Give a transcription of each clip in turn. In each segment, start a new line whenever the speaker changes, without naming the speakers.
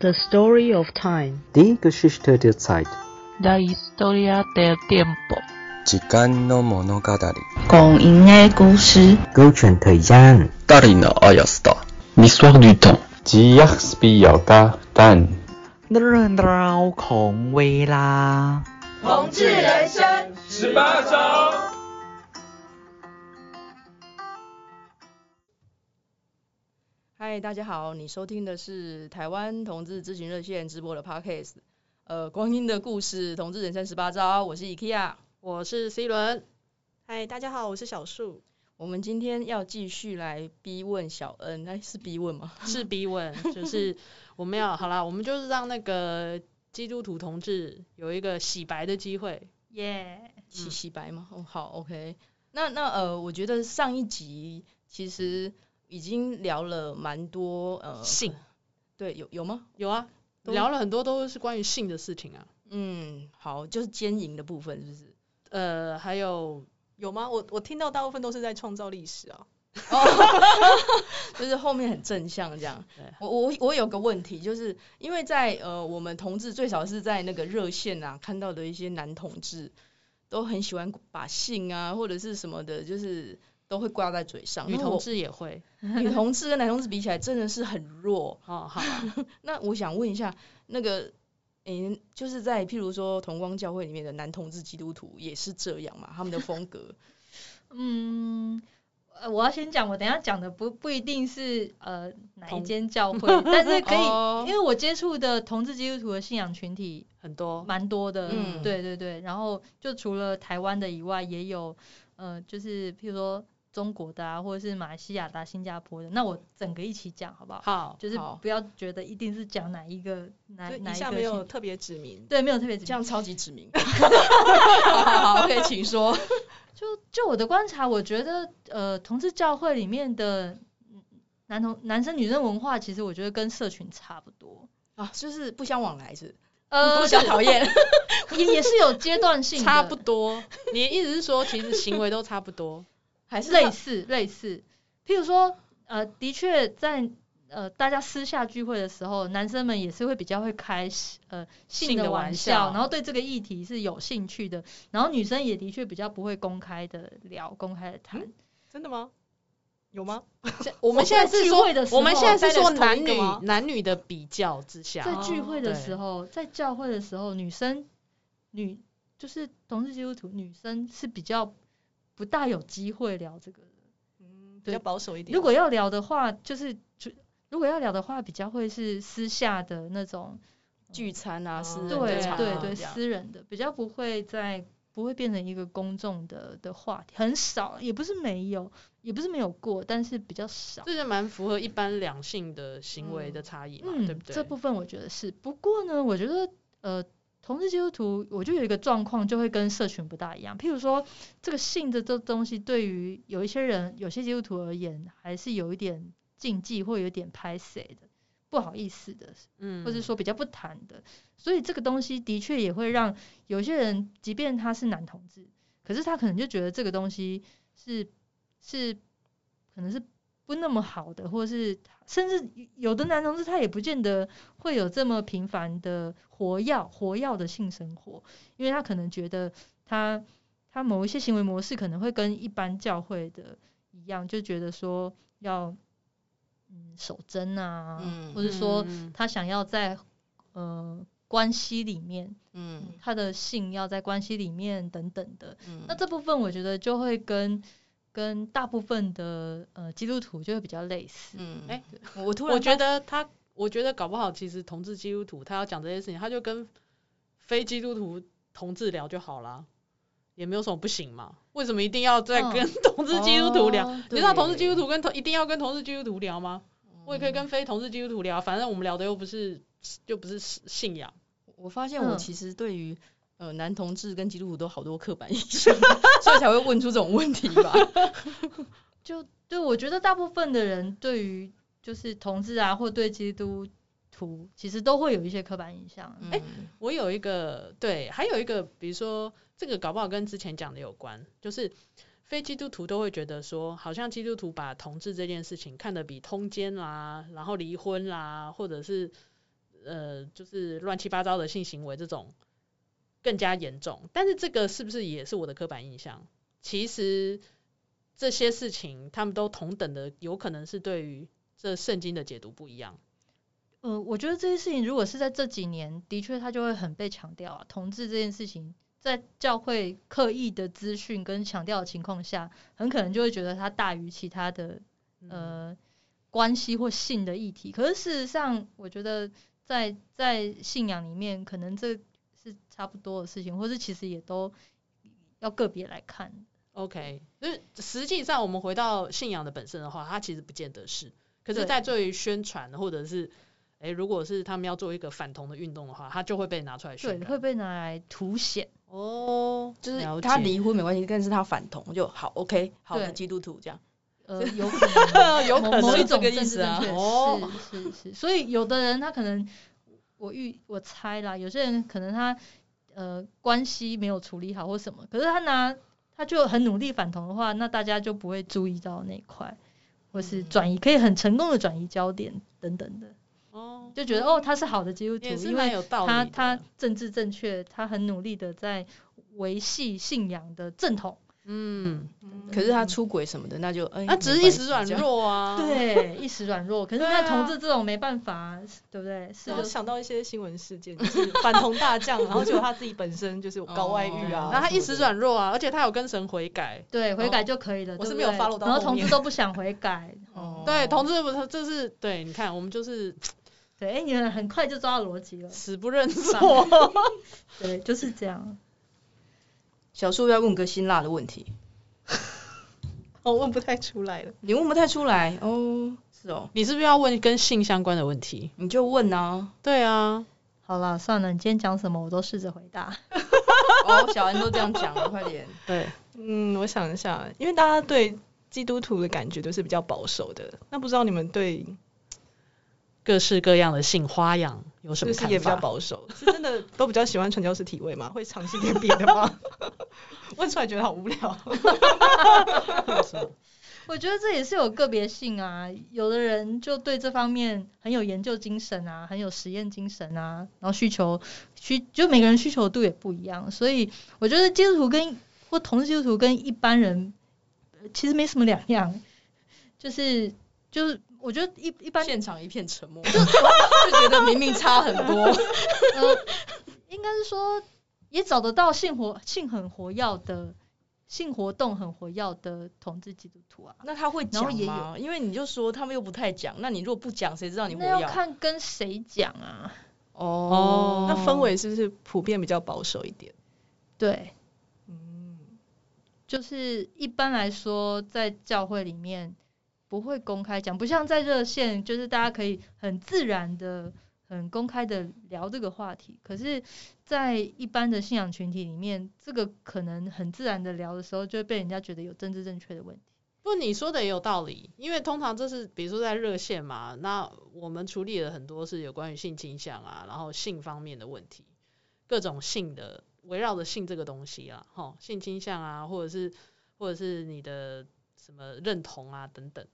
The Story of Time.
Die Geschichte der Zeit.
La historia del tiempo.
時間の物語。
拱营的故事，
Gulchen Taiyan.
誰のあやすだ
L'histoire du temps.
吉亚斯比咬嘎蛋，
เรื่องราวของเวลา
嗨，大家好，你收听的是台湾同志咨询热线直播的 podcast，呃，光阴的故事，同志人生十八招，我是 IKEA，我是 C 轮，
嗨，大家好，我是小树，
我们今天要继续来逼问小恩，那是逼问 吗？
是逼问， 就是我们要好啦，我们就是让那个基督徒同志有一个洗白的机会。
耶、
洗洗白吗？哦，好，OK。那那呃，我觉得上一集其实已经聊了蛮多呃
性，
对，有有吗？
有啊，
都
聊了很多都是关于性的事情啊，
嗯，好，就是奸淫的部分是不是？
呃，还有
有吗？我我听到大部分都是在创造历史啊。
就是后面很正向这样
对。
我我我有个问题，就是因为在呃我们同志最少是在那个热线啊看到的一些男同志，都很喜欢把性啊或者是什么的，就是都会挂在嘴上。
女
那我
同志也会
女同志跟男同志比起来真的是很弱。
哦，好啊，
那我想问一下，那个诶、就是在譬如说同光教会里面的男同志基督徒也是这样嘛？他们的风 格
嗯，呃我要先讲，我等一下讲的不不一定是呃哪一间教会， 但是可以，
哦
因为我接触的同志基督徒的信仰群体
很多
蛮多的，
嗯
对对对，然后就除了台湾的以外，也有呃，就是譬如说中国的啊，或者是马来西亚的啊、新加坡的，那我整个一起讲好不好？
好，
就是
好
不要觉得一定是讲哪一个哪
就
哪
以
一
下
个
没有
性
特别指明，
对没有特别指
这
定
样超级指明。好好好，OK，请说。
就就我的观察，我觉得呃，同志教会里面的嗯男同男生女生文化，其实我觉得跟社群差不多。
啊，就是不相往来是
呃，
互相讨厌。
也也是有阶段性的，
差不多。你的意思是说，其实行为都差不多？
还是
类
他
似类似。譬如说，呃，的确在呃大家私下聚会的时候，男生们也是会比较会开呃性
性
的
的
玩
玩
笑，
笑
然后对这个议题是有兴趣的，然后女生也的确比较不会公开的聊、公开的谈。
真的吗？有吗？
嗯我们现在是
聚
说
会的，时
我们
候
现在是说
大家是
男
同一
女
个吗
男女的比较之下，
在聚会的
对
时候，在教会的时候，女生女就是同志基督徒女生是比较不大有机会聊这个的。
嗯，比
对
较保守一点。
如果要聊的话，就是就如果要聊的话，比较会是私下的那种，
聚餐啊，私人
对
的
对
场合
对对，
这样
私人的比较不会在不会变成一个公众的的话题，很少，也不是没有，也不是没有过，但是比较少。
这就蛮符合一般两性的行为的差异嘛，
嗯，
对不对？
这部分我觉得是。不过呢，我觉得呃，同志基督徒，我就有一个状况，就会跟社群不大一样。譬如说，这个性的这东西，对于有一些人、有些基督徒而言，还是有一点禁忌，或有点拍谁的。不好意思的，
嗯
或是说比较不谈的，所以这个东西的确也会让有些人，即便他是男同志，可是他可能就觉得这个东西是是可能是不那么好的，或是甚至有的男同志他也不见得会有这么频繁的活药活药的性生活，因为他可能觉得他他某一些行为模式可能会跟一般教会的一样，就觉得说要嗯守贞啊，
嗯
或者说
嗯
他想要在呃关系里面，
嗯
他的性要在关系里面等等的，
嗯，
那这部分我觉得就会跟跟大部分的呃基督徒就会比较类似。
嗯哎
哎、
我突然
我觉
发
得他，我觉得搞不好其实同志基督徒他要讲这些事情，他就跟非基督徒同志聊就好啦，也没有什么不行嘛。为什么一定要再跟同志基督徒聊？
嗯哦
你知道同志
对
基督徒跟同一定要跟同志基督徒聊吗？我也可以跟非同志基督徒聊，反正我们聊的又不是又不是信仰。
我发现我
嗯
其实对于、呃男同志跟基督徒都好多刻板印 象，所以才会问出这种问题吧。
就对我觉得大部分的人对于就是同志啊，或对基督徒，其实都会有一些刻板印象。
哎、
我有一个对，还有一个，比如说这个搞不好跟之前讲的有关，就是非基督徒都会觉得说，好像基督徒把同志这件事情看得比通奸啦，然后离婚啦，或者是呃，就是乱七八糟的性行为这种更加严重。但是这个是不是也是我的刻板印象？其实这些事情他们都同等的，有可能是对于这圣经的解读不一样。
呃，我觉得这些事情如果是在这几年，的确它就会很被强调啊。同志这件事情，在教会刻意的资讯跟强调的情况下，很可能就会觉得它大于其他的
嗯，
呃关系或性的议题。可是事实上，我觉得在在信仰里面，可能这是差不多的事情，或是其实也都要个别来看。
OK，就是实际上我们回到信仰的本身的话，它其实不见得是。可是，
对
在对于宣传或者是，诶，如果是他们要做一个反同的运动的话，它就会被拿出来
对
宣，
会
传。
被拿来凸显。
哦，
就是
了
他
解
离婚没关系，但是他反同就好，OK，好
对
的基督徒这样。
呃，有可 能
有可
某
能
某一
是这
种
个
政
意
治
思啊
正确，
哦
是是是，所以有的人他可能我预我猜啦，有些人可能他呃关系没有处理好或什么，可是他呃拿他就很努力反同的话，那大家就不会注意到那一块，或是转移可以很成功的转移焦点等等的，
哦，
就
嗯
觉得哦他是好的基督徒，
也是
因
蛮
为
有道理
他
的
他政治正确，他很努力的在维系信仰的正统，
嗯，
可是他出轨什么的，那就哎，
那只是
没
一
关系
时软
这样。
弱啊。，
对，一时软弱。可是
对
那
啊
同志这种没办法啊，对不对？是
让我
就
想到一些新闻事件，就是
啊
反同大将，然后结果他自己本身就是有高外遇
哦
啊。
哦然后他一
什
时
么的，
软弱啊，而且他有跟神悔改。
对悔改就可以了。
哦我是
对不
没
对
有 follow 到
然后
后
同志
面
都不想悔改。哦，
对，同志不是，这是对，你看我们就是
对，哎，你们很快就抓到逻辑了。
死不 认错。
对，就是这样。
小树要问个辛辣的问题，
我哦问不太出来了。
你问不太出来哦，是哦，
你是不是要问跟性相关的问题？
你就问啊。
对啊，
好啦，算了，你今天讲什么我都试着回答。
哦，小安都这样讲了，快点。
对，
嗯，我想一下，因为大家对基督徒的感觉都是比较保守的，那不知道你们对
各式各样的性花样有什
是
么
不
看
是
法？
也比较保守？是真的都比较喜欢传教士体位吗？会尝试点别的吗？ 问出来觉得好无聊。
我觉得这也是有个别性啊，有的人就对这方面很有研究精神啊，很有实验精神啊，然后需求需就每个人需求度也不一样，所以我觉得基督徒跟或同志基督徒跟一般人呃其实没什么两样，就是就是我觉得一一般
现场一片沉默， 就觉得明明差很多。
呃，应该是说也找得到性活性很活跃的性活动很活跃的同志基督徒啊。
那他会
然后
讲
也
吗？因为你就说他们又不太讲，那你如果不讲，谁知道你活
那要
要？
看跟谁讲啊，
哦，
那氛围是不是普遍比较保守一点？
对，
嗯，
就是一般来说，在教会里面不会公开讲，不像在热线，就是大家可以很自然的、很公开的聊这个话题。可是，在一般的信仰群体里面，这个可能很自然的聊的时候，就会被人家觉得有政治正确的问题。
不，你说的也有道理，因为通常这是比如说在热线嘛，那我们处理了很多是有关于性倾向啊，然后性方面的问题，各种性的围绕着性这个东西啊，哈，性倾向啊，或者是或者是你的什么认同啊等等。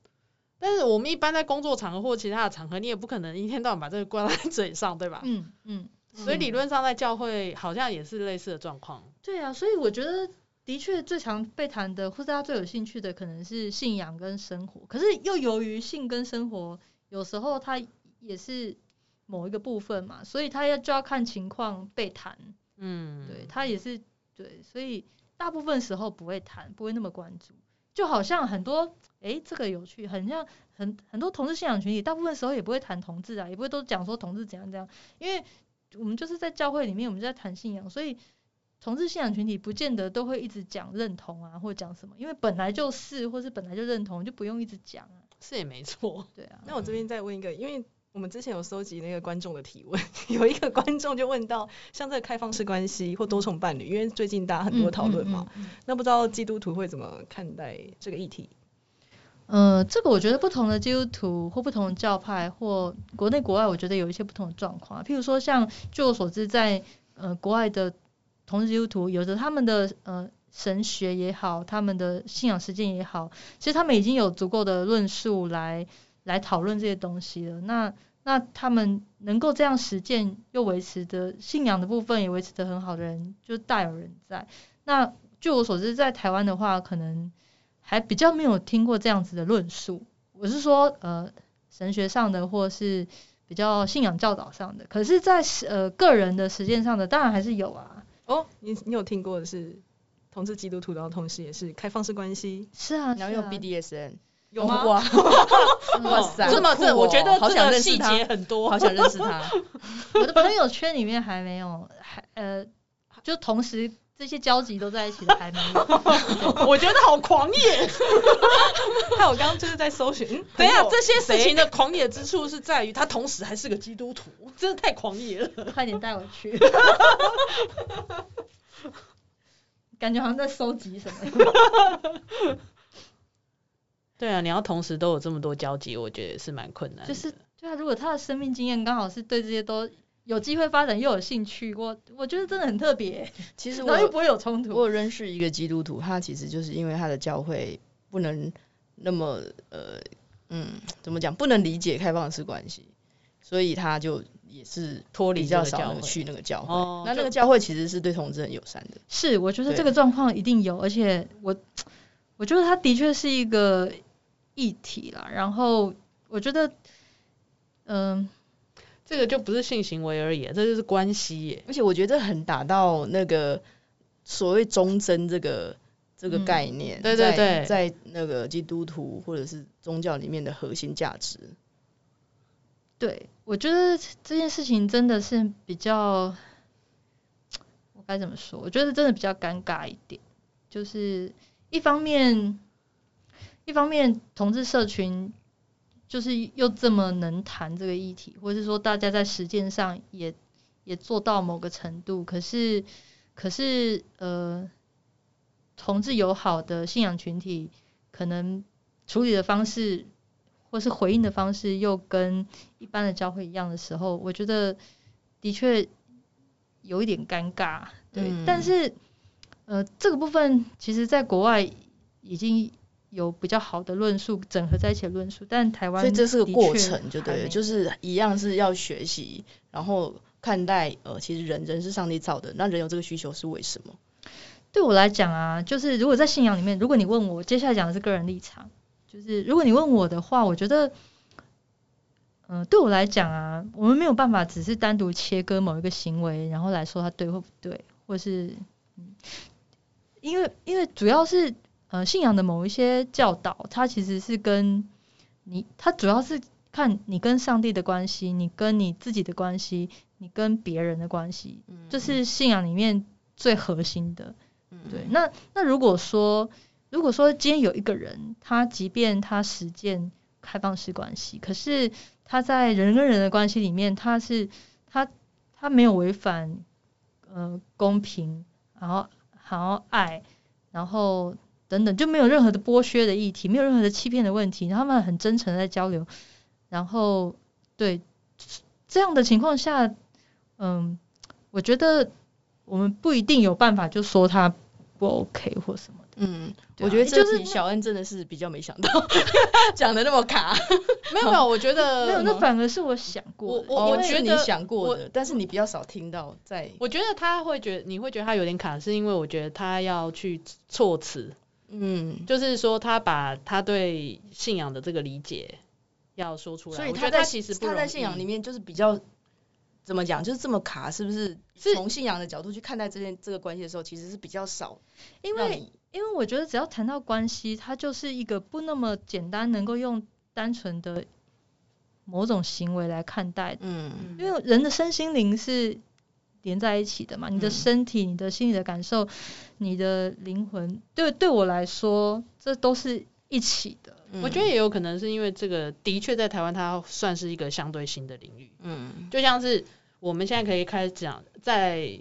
但是我们一般在工作场合或其他的场合，你也不可能一天到晚把这个挂在嘴上，对吧？
嗯嗯，
所以理
嗯
论上在教会好像也是类似的状况。
对啊，所以我觉得的确最常被谈的，或是大家最有兴趣的，可能是信仰跟生活。可是又由于性跟生活有时候它也是某一个部分嘛，所以它要就要看情况被谈。
嗯，
对，它也是对，所以大部分时候不会谈，不会那么关注。就好像很多诶，这个有趣，很像很很多同志信仰群体，大部分时候也不会谈同志啊，也不会都讲说同志怎样怎样，因为我们就是在教会里面，我们就在谈信仰，所以同志信仰群体不见得都会一直讲认同啊，或讲什么，因为本来就是，或是本来就认同，就不用一直讲啊，
是也没 错。
对啊，
那我这边再问一个，因为我们之前有搜集那个观众的提问， 有一个观众就问到，像这个开放式关系或多重伴侣，因为最近大家很多讨论嘛，
嗯。嗯嗯
那不知道基督徒会怎么看待这个议题？
呃，这个我觉得不同的基督徒或不同的教派或国内国外，我觉得有一些不同的状况啊。譬如说，像据我所知，在呃国外的同志基督徒，有着他们的呃神学也好，他们的信仰实践也好，其实他们已经有足够的论述来来讨论这些东西了。那那他们能够这样实践又维持的信仰的部分也维持得很好的人，就大有人在。那据我所知，在台湾的话，可能还比较没有听过这样子的论述。我是说，呃，神学上的或是比较信仰教导上的，可是在，呃个人的实践上的，当然还是有啊。
哦，你你有听过的是同是基督徒，然后同时也是开放式关系，
是啊，
然后用
是啊
BDSN，
有吗？
哇
嗯
哇塞，
这么
好酷
这，我觉得
哦好
这
想
个
认
细
识
节
他，
很多，
好想认识 他。
我的朋友圈里面还没有，还呃，就同时这些交集都在一起的还没有。
我觉得好狂野。
还有我刚刚就是在搜寻，嗯，
等一下，
朋友
这些事情的狂野之处是在于他同时还是个基督徒，真的太狂野了。
快点带我 去，感觉好像在收集什么。
对啊，你要同时都有这么多交集，我觉得也是蛮困难的。
就是对啊，如果他的生命经验刚好是对这些都有机会发展又有兴趣，我我觉得真的很特别、
其实
然
我
后又不会有冲突。
我有认识一个基督徒，他其实就是因为他的教会不能那么呃嗯怎么讲，不能理解开放式关系，所以他就也是
脱离
比
这
较
个
少
教
那
会
个去那个教会。
哦
那
就
那个教会其实是对同志很友善的。
是，我觉得
对
这个状况一定有，而且我我觉得它的确是一个议题啦。然后我觉得，嗯、
这个就不是性行为而已，这就是关 系耶。
而且我觉得很打到那个所谓忠贞这个这个
嗯
概念，
对对
在
对
在那个基督徒或者是宗教里面的核心价值。
对我觉得这件事情真的是比较，我该怎么说？我觉得真的比较尴尬一点，就是一方面，一方面同志社群。就是又这么能谈这个议题，或是说大家在实践上也也做到某个程度，可是可是呃，同志友好的信仰群体可能处理的方式或是回应的方式又跟一般的教会一样的时候，我觉得的确有一点尴尬，对。
嗯
但是呃，这个部分其实在国外已经有比较好的论述，整合在一起的论述，但台湾
所以这是个
的
过
确
程，就
还
对了，
没
就是一样是要学习，然后看待呃，其实人人是上帝造的，那人有这个需求是为什么？
对我来讲啊，就是如果在信仰里面，如果你问我，接下来讲的是个人立场，就是如果你问我的话，我觉得，嗯、对我来讲啊，我们没有办法只是单独切割某一个行为，然后来说它对或不对，或是，嗯，因为因为主要是呃信仰的某一些教导，它其实是跟你，它主要是看你跟上帝的关系，你跟你自己的关系，你跟别人的关系，这
嗯
是信仰里面最核心的。对，那那如果说，如果说今天有一个人，他即便他实践开放式关系，可是他在人跟人的关系里面，他是他他没有违反呃公平，然后然后爱，然后等等，就没有任何的剥削的议题，没有任何的欺骗的问题，然后他们很真诚的在交流，然后对这样的情况下，嗯，我觉得我们不一定有办法就说他不 OK 或什么的。
嗯，
对啊
我觉得
就
这
是
题小恩真的是比较没想到， 讲的那么卡。
没有没有，我觉得
没有，那反而是呃我想过的，
我我
哦
觉
是
得
你想过
我
的，但是你比较少听到在
我觉得他会觉你会觉得他有点卡，是因为我觉得他要去措辞，
嗯，
就是说他把他对信仰的这个理解要说出来。
所以
啊我觉得
在
他其实不
他在
容嗯
信仰
易
里面就是比较怎么讲，就是这么卡，是不是？
是
从信仰的角度去看待这件这个关系的时候，其实是比较少
因
让
为
你
因为我觉得只要谈到关系，它就是一个不那么简单能够用单纯的某种行为来看待的，
嗯
因为人的身心灵是连在一起的嘛，你的
嗯
身体、你的心理的感受、你的灵魂，对对我来说，这都是一起的。
嗯我觉得
嗯
也有可能是因为这个的确在台湾它算是一个相对新的领域，
嗯
就像是我们现在可以开始讲，在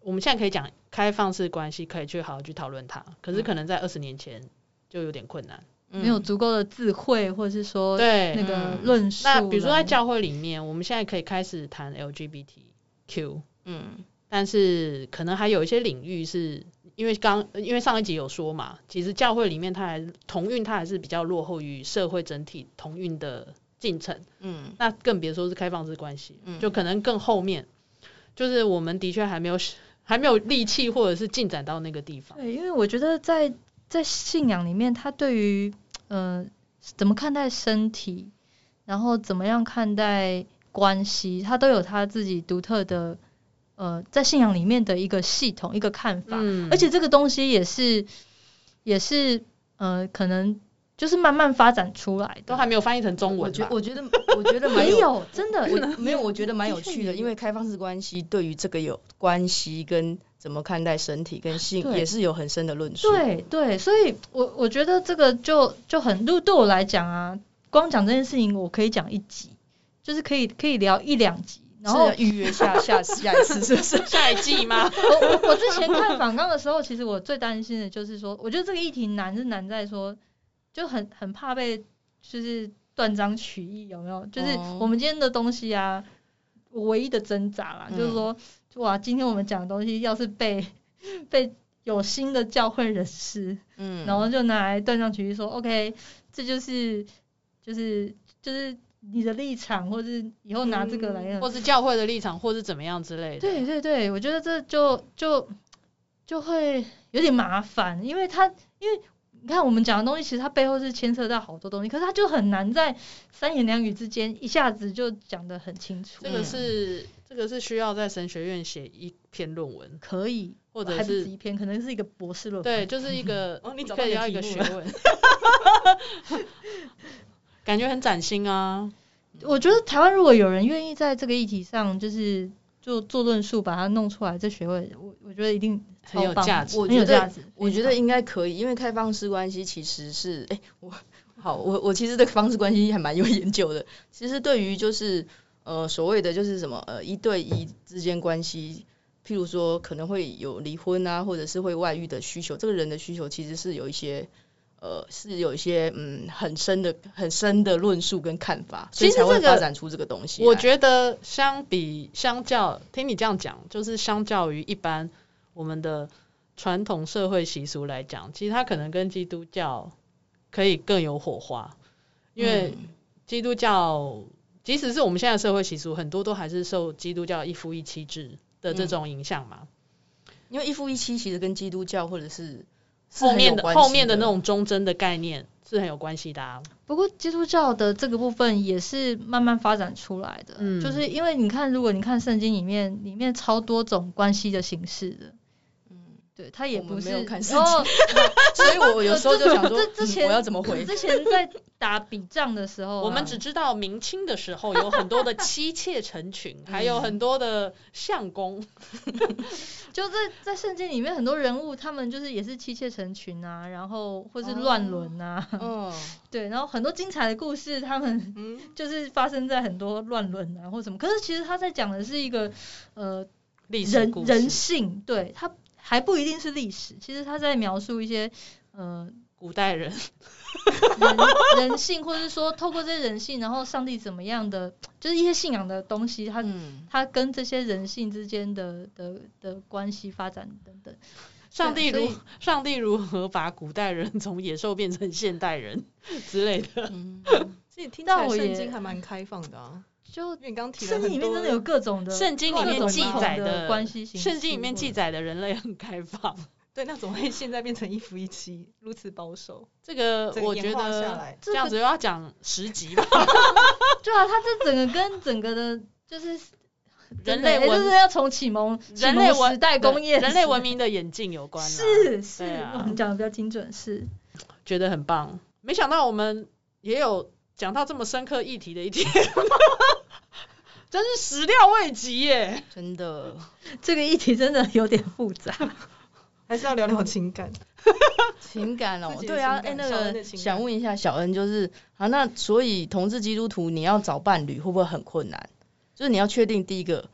我们现在可以讲开放式关系，可以去好好去讨论它，可是可能在二十年前就有点困难。
嗯
没有足够的智慧，或者是说
对，
那个
嗯
论述来，
那比如说在教会里面，我们现在可以开始谈 LGBTQ，
嗯
但是可能还有一些领域是因为刚因为上一集有说嘛，其实教会里面它还同运它还是比较落后于社会整体同运的进程，
嗯
那更别说是开放式关系，
嗯
就可能更后面，就是我们的确还没有还没有力气或者是进展到那个地方。
对，因为我觉得在在信仰里面，他对于呃怎么看待身体，然后怎么样看待关系，他都有他自己独特的呃在信仰里面的一个系统一个看法，
嗯
而且这个东西也是也是呃可能就是慢慢发展出来的，
都还没有翻译成中
我
文
觉
吧？
我觉得我觉得蛮
也有真的
我 没有，我觉得蛮有
的 确
趣的，
也
因为开放式关系对于这个有关系跟怎么看待身体跟性
对
也是有很深的论述。，
对对，所以我我觉得这个就就很，对对我来讲啊，光讲这件事情，我可以讲一集，就是可以可以聊一两集。然后
是要啊预约下下下一次是不是？
下一季吗？
我我我之前看访纲的时候，其实我最担心的就是说，我觉得这个议题难是难在说，就很很怕被就是断章取义，有没有？就是
哦
我们今天的东西啊，我唯一的挣扎啦，就是
嗯
说，哇，今天我们讲的东西要是被被有心的教会人士
嗯
然后就拿来断章取义说，OK，这就是就是就是你的立场，或是以后拿这个来，
嗯或是教会的立场，或是怎么样之类的？
对对对，我觉得这就就就会有点麻烦，因为他因为你看我们讲的东西，其实它背后是牵涉到好多东西，可是它就很难在三言两语之间一下子就讲得很清楚。嗯
这个是这个是需要在神学院写一篇论文，
可以，
或者
还不
是
一篇，可能是一个博士论文。
对，就是一个
哦你找
可
到
以
你的
要一个
题
学
目了
问， 感觉很崭新啊。
我觉得台湾如果有人愿意在这个议题上，就是就做论述，把它弄出来，这学问，我我觉得一定
很有
超棒
价值
我
很有
觉
价
得
值。
我觉
非
得
常
应该可以，因为开放式关系其实是哎、我好我我其实对开放式关系还蛮有研究的。其实对于就是呃所谓的就是什么呃一对一之间关系，譬如说可能会有离婚啊，或者是会外遇的需求，这个人的需求其实是有一些。呃，是有一些嗯很深的、很深的论述跟看法，所以
其实
才会
这个
发展出这个东西来。
我觉得相比相较，听你这样讲，就是相较于一般我们的传统社会习俗来讲，其实它可能跟基督教可以更有火花，因
嗯
为
嗯
基督教即使是我们现在的社会习俗，很多都还是受基督教一夫一妻制的
嗯
这种影响嘛。
因为一夫一妻其实跟基督教或者是是
后
很有
面的
关
后
系
面的
的
那种忠贞的概念是很有关系的、啊。
不过基督教的这个部分也是慢慢发展出来的，
嗯
就是因为你看，如果你看圣经里面，里面超多种关系的形式的，嗯，对，它也
我们
不
没有
是
看圣
哦，
所以我有时候就想说，
这这之
嗯
前
我要怎么回？
之前在打比仗的时候 啊、
我们只知道明清的时候有很多的妻妾成群，还有很多的相公。
就在在圣经里面很多人物，他们就是也是妻妾成群啊，然后或是乱伦啊，
嗯，
哦
对，然后很多精彩的故事，他们就是发生在很多乱伦啊或什么。可是其实他在讲的是一个呃
历史
人
故事
人性，对，他还不一定是历史，其实他在描述一些呃
古代人，
人人性，或者是说透过这些人性，然后上帝怎么样的，就是一些信仰的东西，他
嗯，
他跟这些人性之间的的的关系发展等等。
上帝
所以
如上帝如何把古代人从野兽变成现代人之类的。
所以听起
但
来
我也
圣经还蛮开放的啊，
就
因为你刚刚提了
圣
很多
经里面真的有各种的，
圣经里
各
面
种
记
不同
载
的关系形式，
圣经里面记载的人类很开放，
对，那怎么会现在变成一夫一妻如此保守？
这个
整
呃
个
我觉
演化下
得
来
这
这
个
样子又要讲十集吧。
对啊，它这整个跟整个的，就是
人类
真的欸
文
就是要从启蒙
人类
启蒙
文
时代工业
对人类文
明
明的演进有关、啊。
是是，
对啊
我们讲的比较精准是。
觉得很棒。没想到我们也有讲到这么深刻议题的一天， 真是始料未及耶！
真的，
这个议题真的有点复杂，
还是要聊聊情感？
情感哦
自，己的
对啊，
情
哎、
感
那
小恩
个
的情感
想问一下小恩，就是啊，那所以同志基督徒你要找伴侣会不会很困难？就是你要确定第一个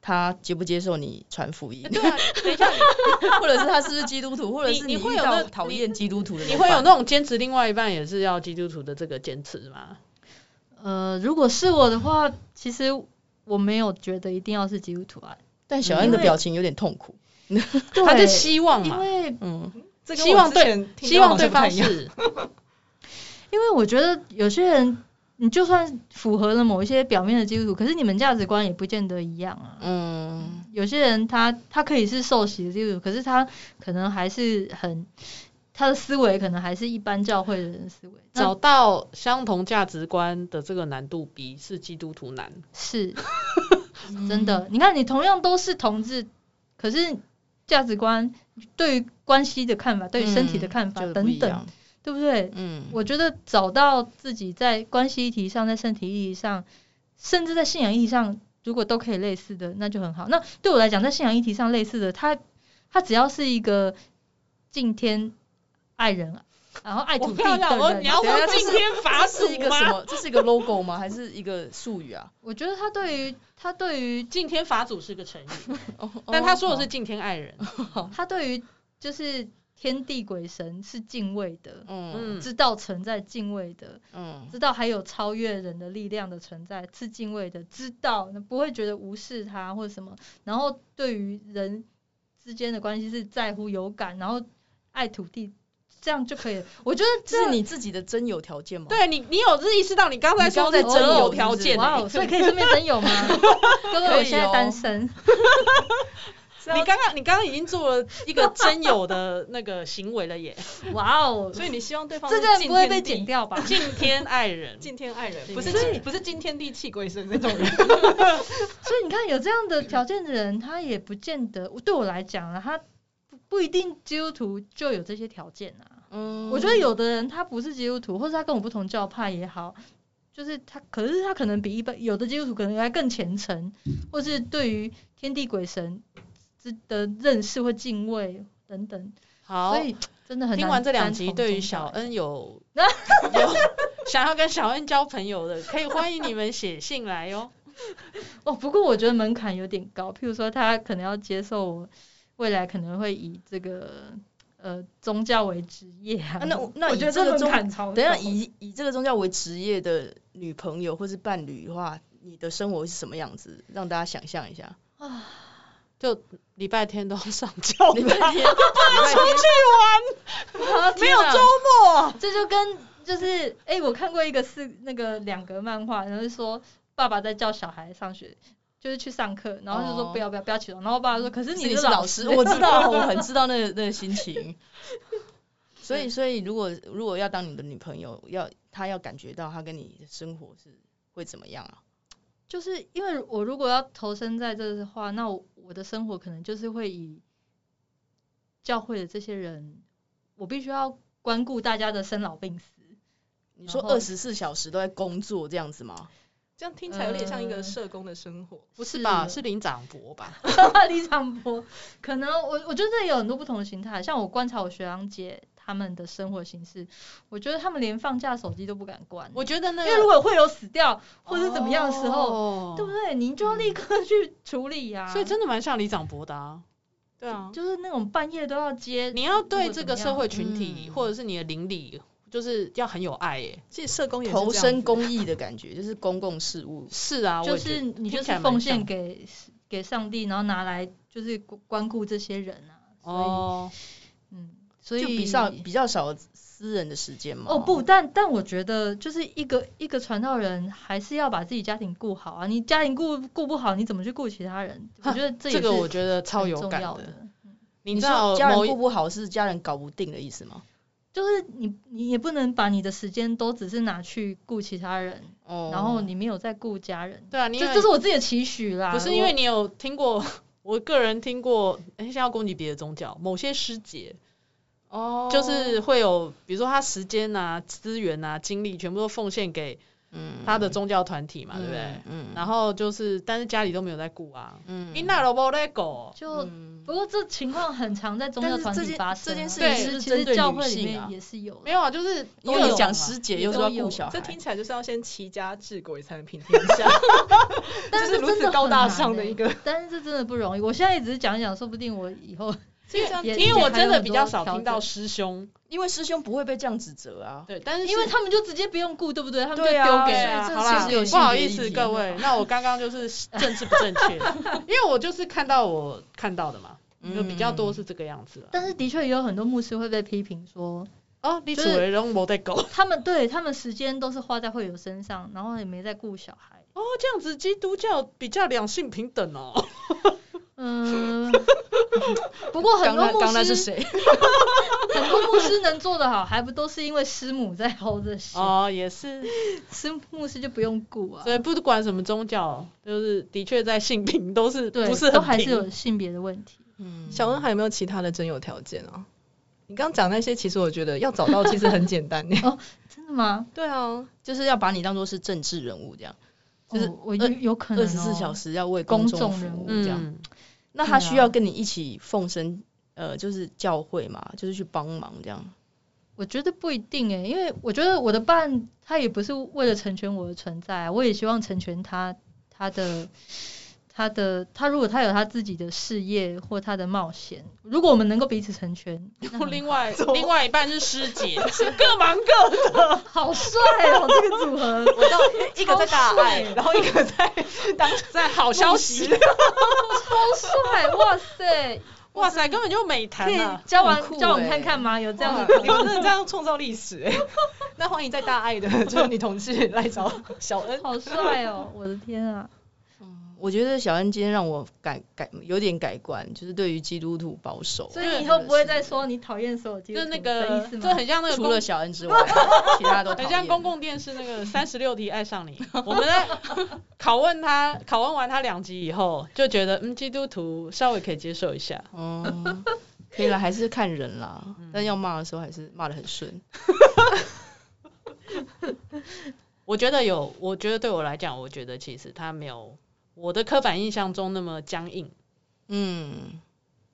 他接不接受你传福音，
对啊，等一 下
或者是他是不是基督徒，或者是
你你会
遇
有
到
那
讨
你
厌基督徒的，
你会有那种坚持另外一半也是要基督徒的这个坚持吗？
呃，如果是我的话，其实我没有觉得一定要是基督徒啊，
但小恩的
因为
表情有点痛苦，
他就希望
因
嘛，
为
嗯，
这跟
希
我
望
之前
对
听到
希望
好像
对
不太
方
一样
是
因为我觉得有些人你就算符合了某一些表面的基督徒，可是你们价值观也不见得一样啊。
嗯，
有些人他他可以是受洗的基督徒，可是他可能还是很他的思维可能还是一般教会的人的思维。那
找到相同价值观的这个难度比是基督徒难。
是 真的，你看你同样都是同志，可是价值观对于关系的看法、对于身体的看法
嗯就是不
等
一
等
样，，
对不对？
嗯，
我觉得找到自己在关系议题上、在身体议题上，甚至在信仰议题上，如果都可以类似的，那就很好。那对我来讲，在信仰议题上类似的，它它只要是一个敬天爱人，然后爱
我
土
不
地
要
的
讲，我
人
你，要
等一
说
下这
今
是
天法
这是一
属
个什
吗？
么？这是一个 logo 吗？还是一个术语啊？
我觉得他对于他对于
敬天法主是个成语，哦
哦
但他说的是敬天爱人。
他对于就是天地鬼神是敬畏的，
嗯
嗯，
知道存在敬畏的，
嗯
知道还有超越人的力量的存在，是敬畏的，知道不会觉得无视他或者什么，然后对于人之间的关系是在乎有感，然后爱土地，这样就可以了。我觉得
这是你自己的真有条件吗？，
对你，你有意识到你刚才说的
你刚才
择
真
偶
有
条件、
哇
欸？哦
哦，所以可以顺便真有 吗？各位，我现在单身，
你刚刚你刚刚已经做了一个真有的那个行为了 耶，
哇哦，
所以你希望对方
这
是
段
敬
不会
天
被
地
剪掉 吧？
敬天爱人。
敬天爱人，
敬
不是
天爱
敬不是敬天地泣鬼神那种人。
所以你看，有这样的条件的人，他也不见得对我来讲啊，他不不一定基督徒就有这些条件啊。
嗯
我觉得有的人他不是基督徒，或者他跟我不同教派也好，就是他，可是他可能比一般有的基督徒可能还更虔诚，或是对于天地鬼神之的认识或敬畏等等。
好
所，以真的很难
听完这两
单
集，
从
对于
宗
小
教来
恩 有有想要跟小恩交朋友的，可以欢迎你们写信来哦。
哦，不过我觉得门槛有点高，譬如说他可能要接受我未来可能会以这个呃宗教为职业啊
啊那我那
我
以
觉得
这个
门
宗
槛超
等一下
高
以以这个宗教为职业的女朋友或是伴侣的话，你的生活是什么样子？让大家想象一下。
啊
礼拜天都要上教
礼
堂，
拜天，礼拜天
没有周末。
这就跟就是哎、我看过一个是那个两格漫画，然后就说爸爸在叫小孩上学，就是去上课，然后就说
哦
不要不要不要起床，然后爸爸说可是
是
你
你
是
是
老
老
师，
师，我知 道，我很知道那个那个心情。所以，所以如果如果要当你的女朋友，要她要感觉到她跟你的生活是会怎么样啊？
就是因为我如果要投身在这的话，那我我的生活可能就是会以教会的这些人，我必须要关顾大家的生老病死。
你说
然后
二十四小时都在工作这样子吗？
这样听起来有点像一
呃
个社工的生活。
不是吧？是林长博吧？
李长博，可能我 我觉得这里有很多不同的形态，像我观察我学长姐他们的生活形式，我觉得他们连放假手机都不敢关，
我觉得那
因
个
为如果会有死掉或者怎么样的时候，
哦
对不对？你就要立刻去处理啊呀、
啊所以真的蛮像李长博的啊。
对啊，
就是那种半夜都要接，
你要对这个社会群体
嗯
或者是你的邻里，就是要很有爱耶。
其实社工也是
投
这样
身
子
公益的感觉，就是公共事务。
是啊，
就
我也觉
是
得
你就
听起来蛮
是奉献
像
给给上帝，然后拿来就是关顾这些人啊。所以，
哦，
嗯，所以
就比较比较少私人的时间嘛。
哦不，但但我觉得就是一个一个传道人还是要把自己家庭顾好啊，你家庭顾顾不好，你怎么去顾其他人？我觉得这也
这个我
是
觉得超
很
有
重
感
要
的。
的。
你
你
知
说
道
家
某
人
一
顾不好是家人搞不定的意思吗？
就是你，你也不能把你的时间都只是拿去顾其他人，
哦，
然后你没有在顾家人，
对啊，你
这
因为
这是我自己的期许啦。
不是因为
我
你有听过， 我个人听过，诶现在要攻击别的宗教，某些师姐
哦，
就是会有，比如说她时间啊、资源啊、精力全部都奉献给
嗯
她的宗教团体嘛，对不对
嗯？嗯，
然后就是，但是家里都没有在顾啊。
嗯
你那萝卜在狗，
就
嗯
不过这情况很常在宗教
但是
团
这
体
件
发生
这
啊，
件事
情
其
是
实其
针
实
对
教
女
会里
性
面
啊
也是有的，
没有啊，就是
因
都
为
有
你讲
嘛
师姐又说要顾小孩，
这听起来就是要先齐家治国才能平天 下，
但
就
这
是如
真的
此高
很
大
难
上的
欸
一个。
但是这真的不容易。我现在只是讲一讲，说不定我以后
所以这样
也
因为我
还有
真的
很
比
多
较少
调
听到
整
师兄，
因为师兄不会被这样指责啊。
对，但是
因为他们就直接不用顾，对不对？他们就
对
丢
啊
给
对
所以
啊，
这
好
其
啦
实有，
不
性
好
别
意
议
思
题
各位，那我刚刚就是政治不正确， 因为我就是看到我
嗯
看到的嘛，就比较多是这个样子了。
但是的确也有很多牧师会被批评说，
哦，你
就
厝
是
的拢无在顾。
他们对他们时间都是花在会友身上，然后也没在顾小孩。
哦，这样子基督教比较两性平等哦。
嗯，不过很
刚那
多
刚那
牧
是
师，
谁？
很多牧师能做得好，还不都是因为师母在 hold 着心？
哦，也 是，
师牧师就不用顾啊，
所以不管什么宗教，就是的确在性平都是
对，
不是
都
很
还是
平
有性别的问题。
嗯
小恩还有没有其他的真有条件啊？你刚讲那些，其实我觉得要找到其实很简单呢。欸
哦
真的吗？
对啊，
就是要把你当做是政治人物这样，就是
哦我有有可
二
能
十四小
时。
时要为
公
公
众
众服
人物
务这样。
嗯，
那
对
他
啊
需要跟你一起奉身，呃，就是教会嘛，就是去帮忙这样。
我觉得不一定欸诶，因为我觉得我的伴他也不是为了成全我的存在啊，我也希望成全他他的他的他如果他有他自己的事业或他的冒险，如果我们能够彼此成全，那很
另 外另外一半是师 姐，是各忙各
好帅哦，这个组 合，
我到一个在大爱，
哦
然后一个在当
在好消息，
好帅，哇塞，
哇塞，根本就美
可
谈
以
啊！
交往
很酷
交往看
欸
看吗？有这样的
你们真的这样创造历史
欸
哎、那欢迎在大爱的就是女同志来找小恩。
好帅哦，我的天啊，
我觉得小恩今天让我改改有点改观，就是对于基督徒保守。
所以你以后不会再说你讨厌所有基督
就
徒
那
的
个
意思，吗
这？很像那个
除
公
了小恩之外，其他都讨
很
厌
像公共电视那个三十六题爱上你，我们在拷问他，拷问完他两集以后，就觉得嗯，基督徒稍微可以接受一下。
嗯，可以啦，还是看人啦，
嗯
但要骂的时候还是骂的很顺。
我觉得有，我觉得对我来讲，我觉得其实他没有我的刻板印象中那么僵硬。
嗯，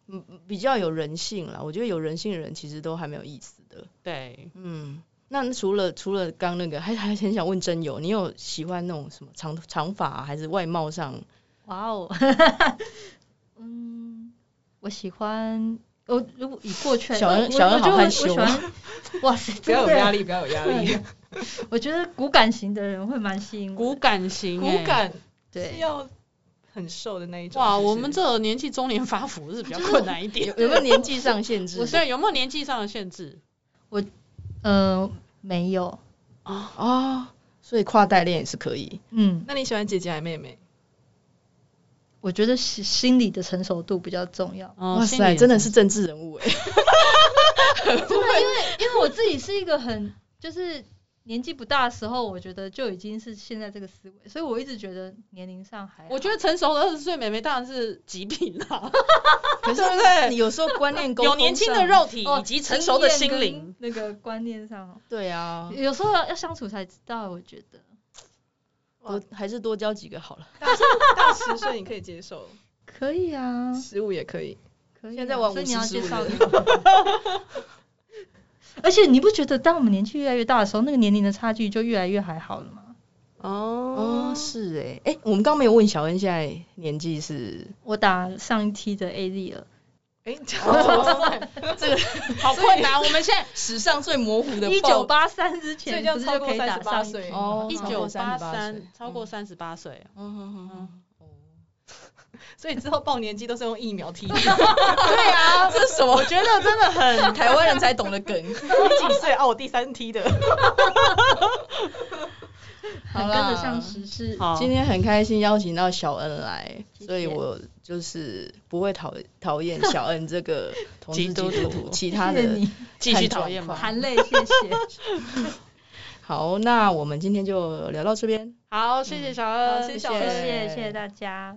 嗯比较有人性啦，我觉得有人性的人其实都还没有意思的。
对，
嗯，那除了除了刚那个，还还很想问真友，你有喜欢那种什么长长发啊、还是外貌上？
哇 哦，嗯，我喜欢我如果以过去来
小
讲
恩
我
小恩好
我觉得我
害
我
羞
喜
啊
欢， 哇塞，
不要有
真的
压力，不要有压力。
我觉得骨感型的人会蛮吸引我
骨
的，
感型、
骨
欸，
感是
嗯
对，
要很瘦的那一种。
哇，
是不是
我们这种年纪中年发福是比较困难一点。
有没有年纪上限制？
对，有没有年纪上的限制？
嗯，没有，
哦，所以跨代恋也是可以。
嗯，
那你喜欢姐姐还妹妹？
我觉得心心理的成熟度比较重要，
哦
哇塞，真的是政治人物哎、
真的，因为因为我自己是一个很就是。年纪不大的时候，我觉得就已经是现在这个思维，所以我一直觉得年龄上还好
我觉得成熟的二十岁妹妹当然是啊极品啦、
可是
对不对
你有时候观念沟通上
有年轻的肉体
哦
以及成熟的心灵。，
经验跟那个观念上哦，
对啊，
有时候要要相处才知道，我觉得
多还是多交几个好了。
大十岁你可以接受，
可以啊，
十五也可以。
可以啊。
现在往
所以你要
50
介
15
绍
了
给我。而且你不觉得当我们年纪越来越大的时候，那个年龄的差距就越来越还好了吗？
哦
哦，
是哎、哎、我们刚没有问小恩现在年纪 是，
我打上一期的 A Z 了，
哎，讲到
哦
什么？
好困难。我们现在
史上最模糊的
一九八三之
所以
前
这样
不是
超
就
过
哦可以打
38
上一
岁
期？
哦，
一九八三
38，
超过。三十八岁，
嗯嗯嗯嗯
所以之后报年纪都是用疫苗替代。
对啊，这是什么？
我觉得真的很
台湾人才懂的梗。
你几岁啊？我第三梯的。
很跟得上时事。
好。
今天很开心邀请到小恩来，
谢
所以我就是不会讨讨厌小恩这个同 志基督
基督
徒，
徒
其他
谢谢
的
你，
继续讨厌吧
看状况
含 泪谢谢。
好，那我们今天就聊到这边。
好，谢谢小
好
恩，
谢谢小
谢
恩
谢谢谢大家。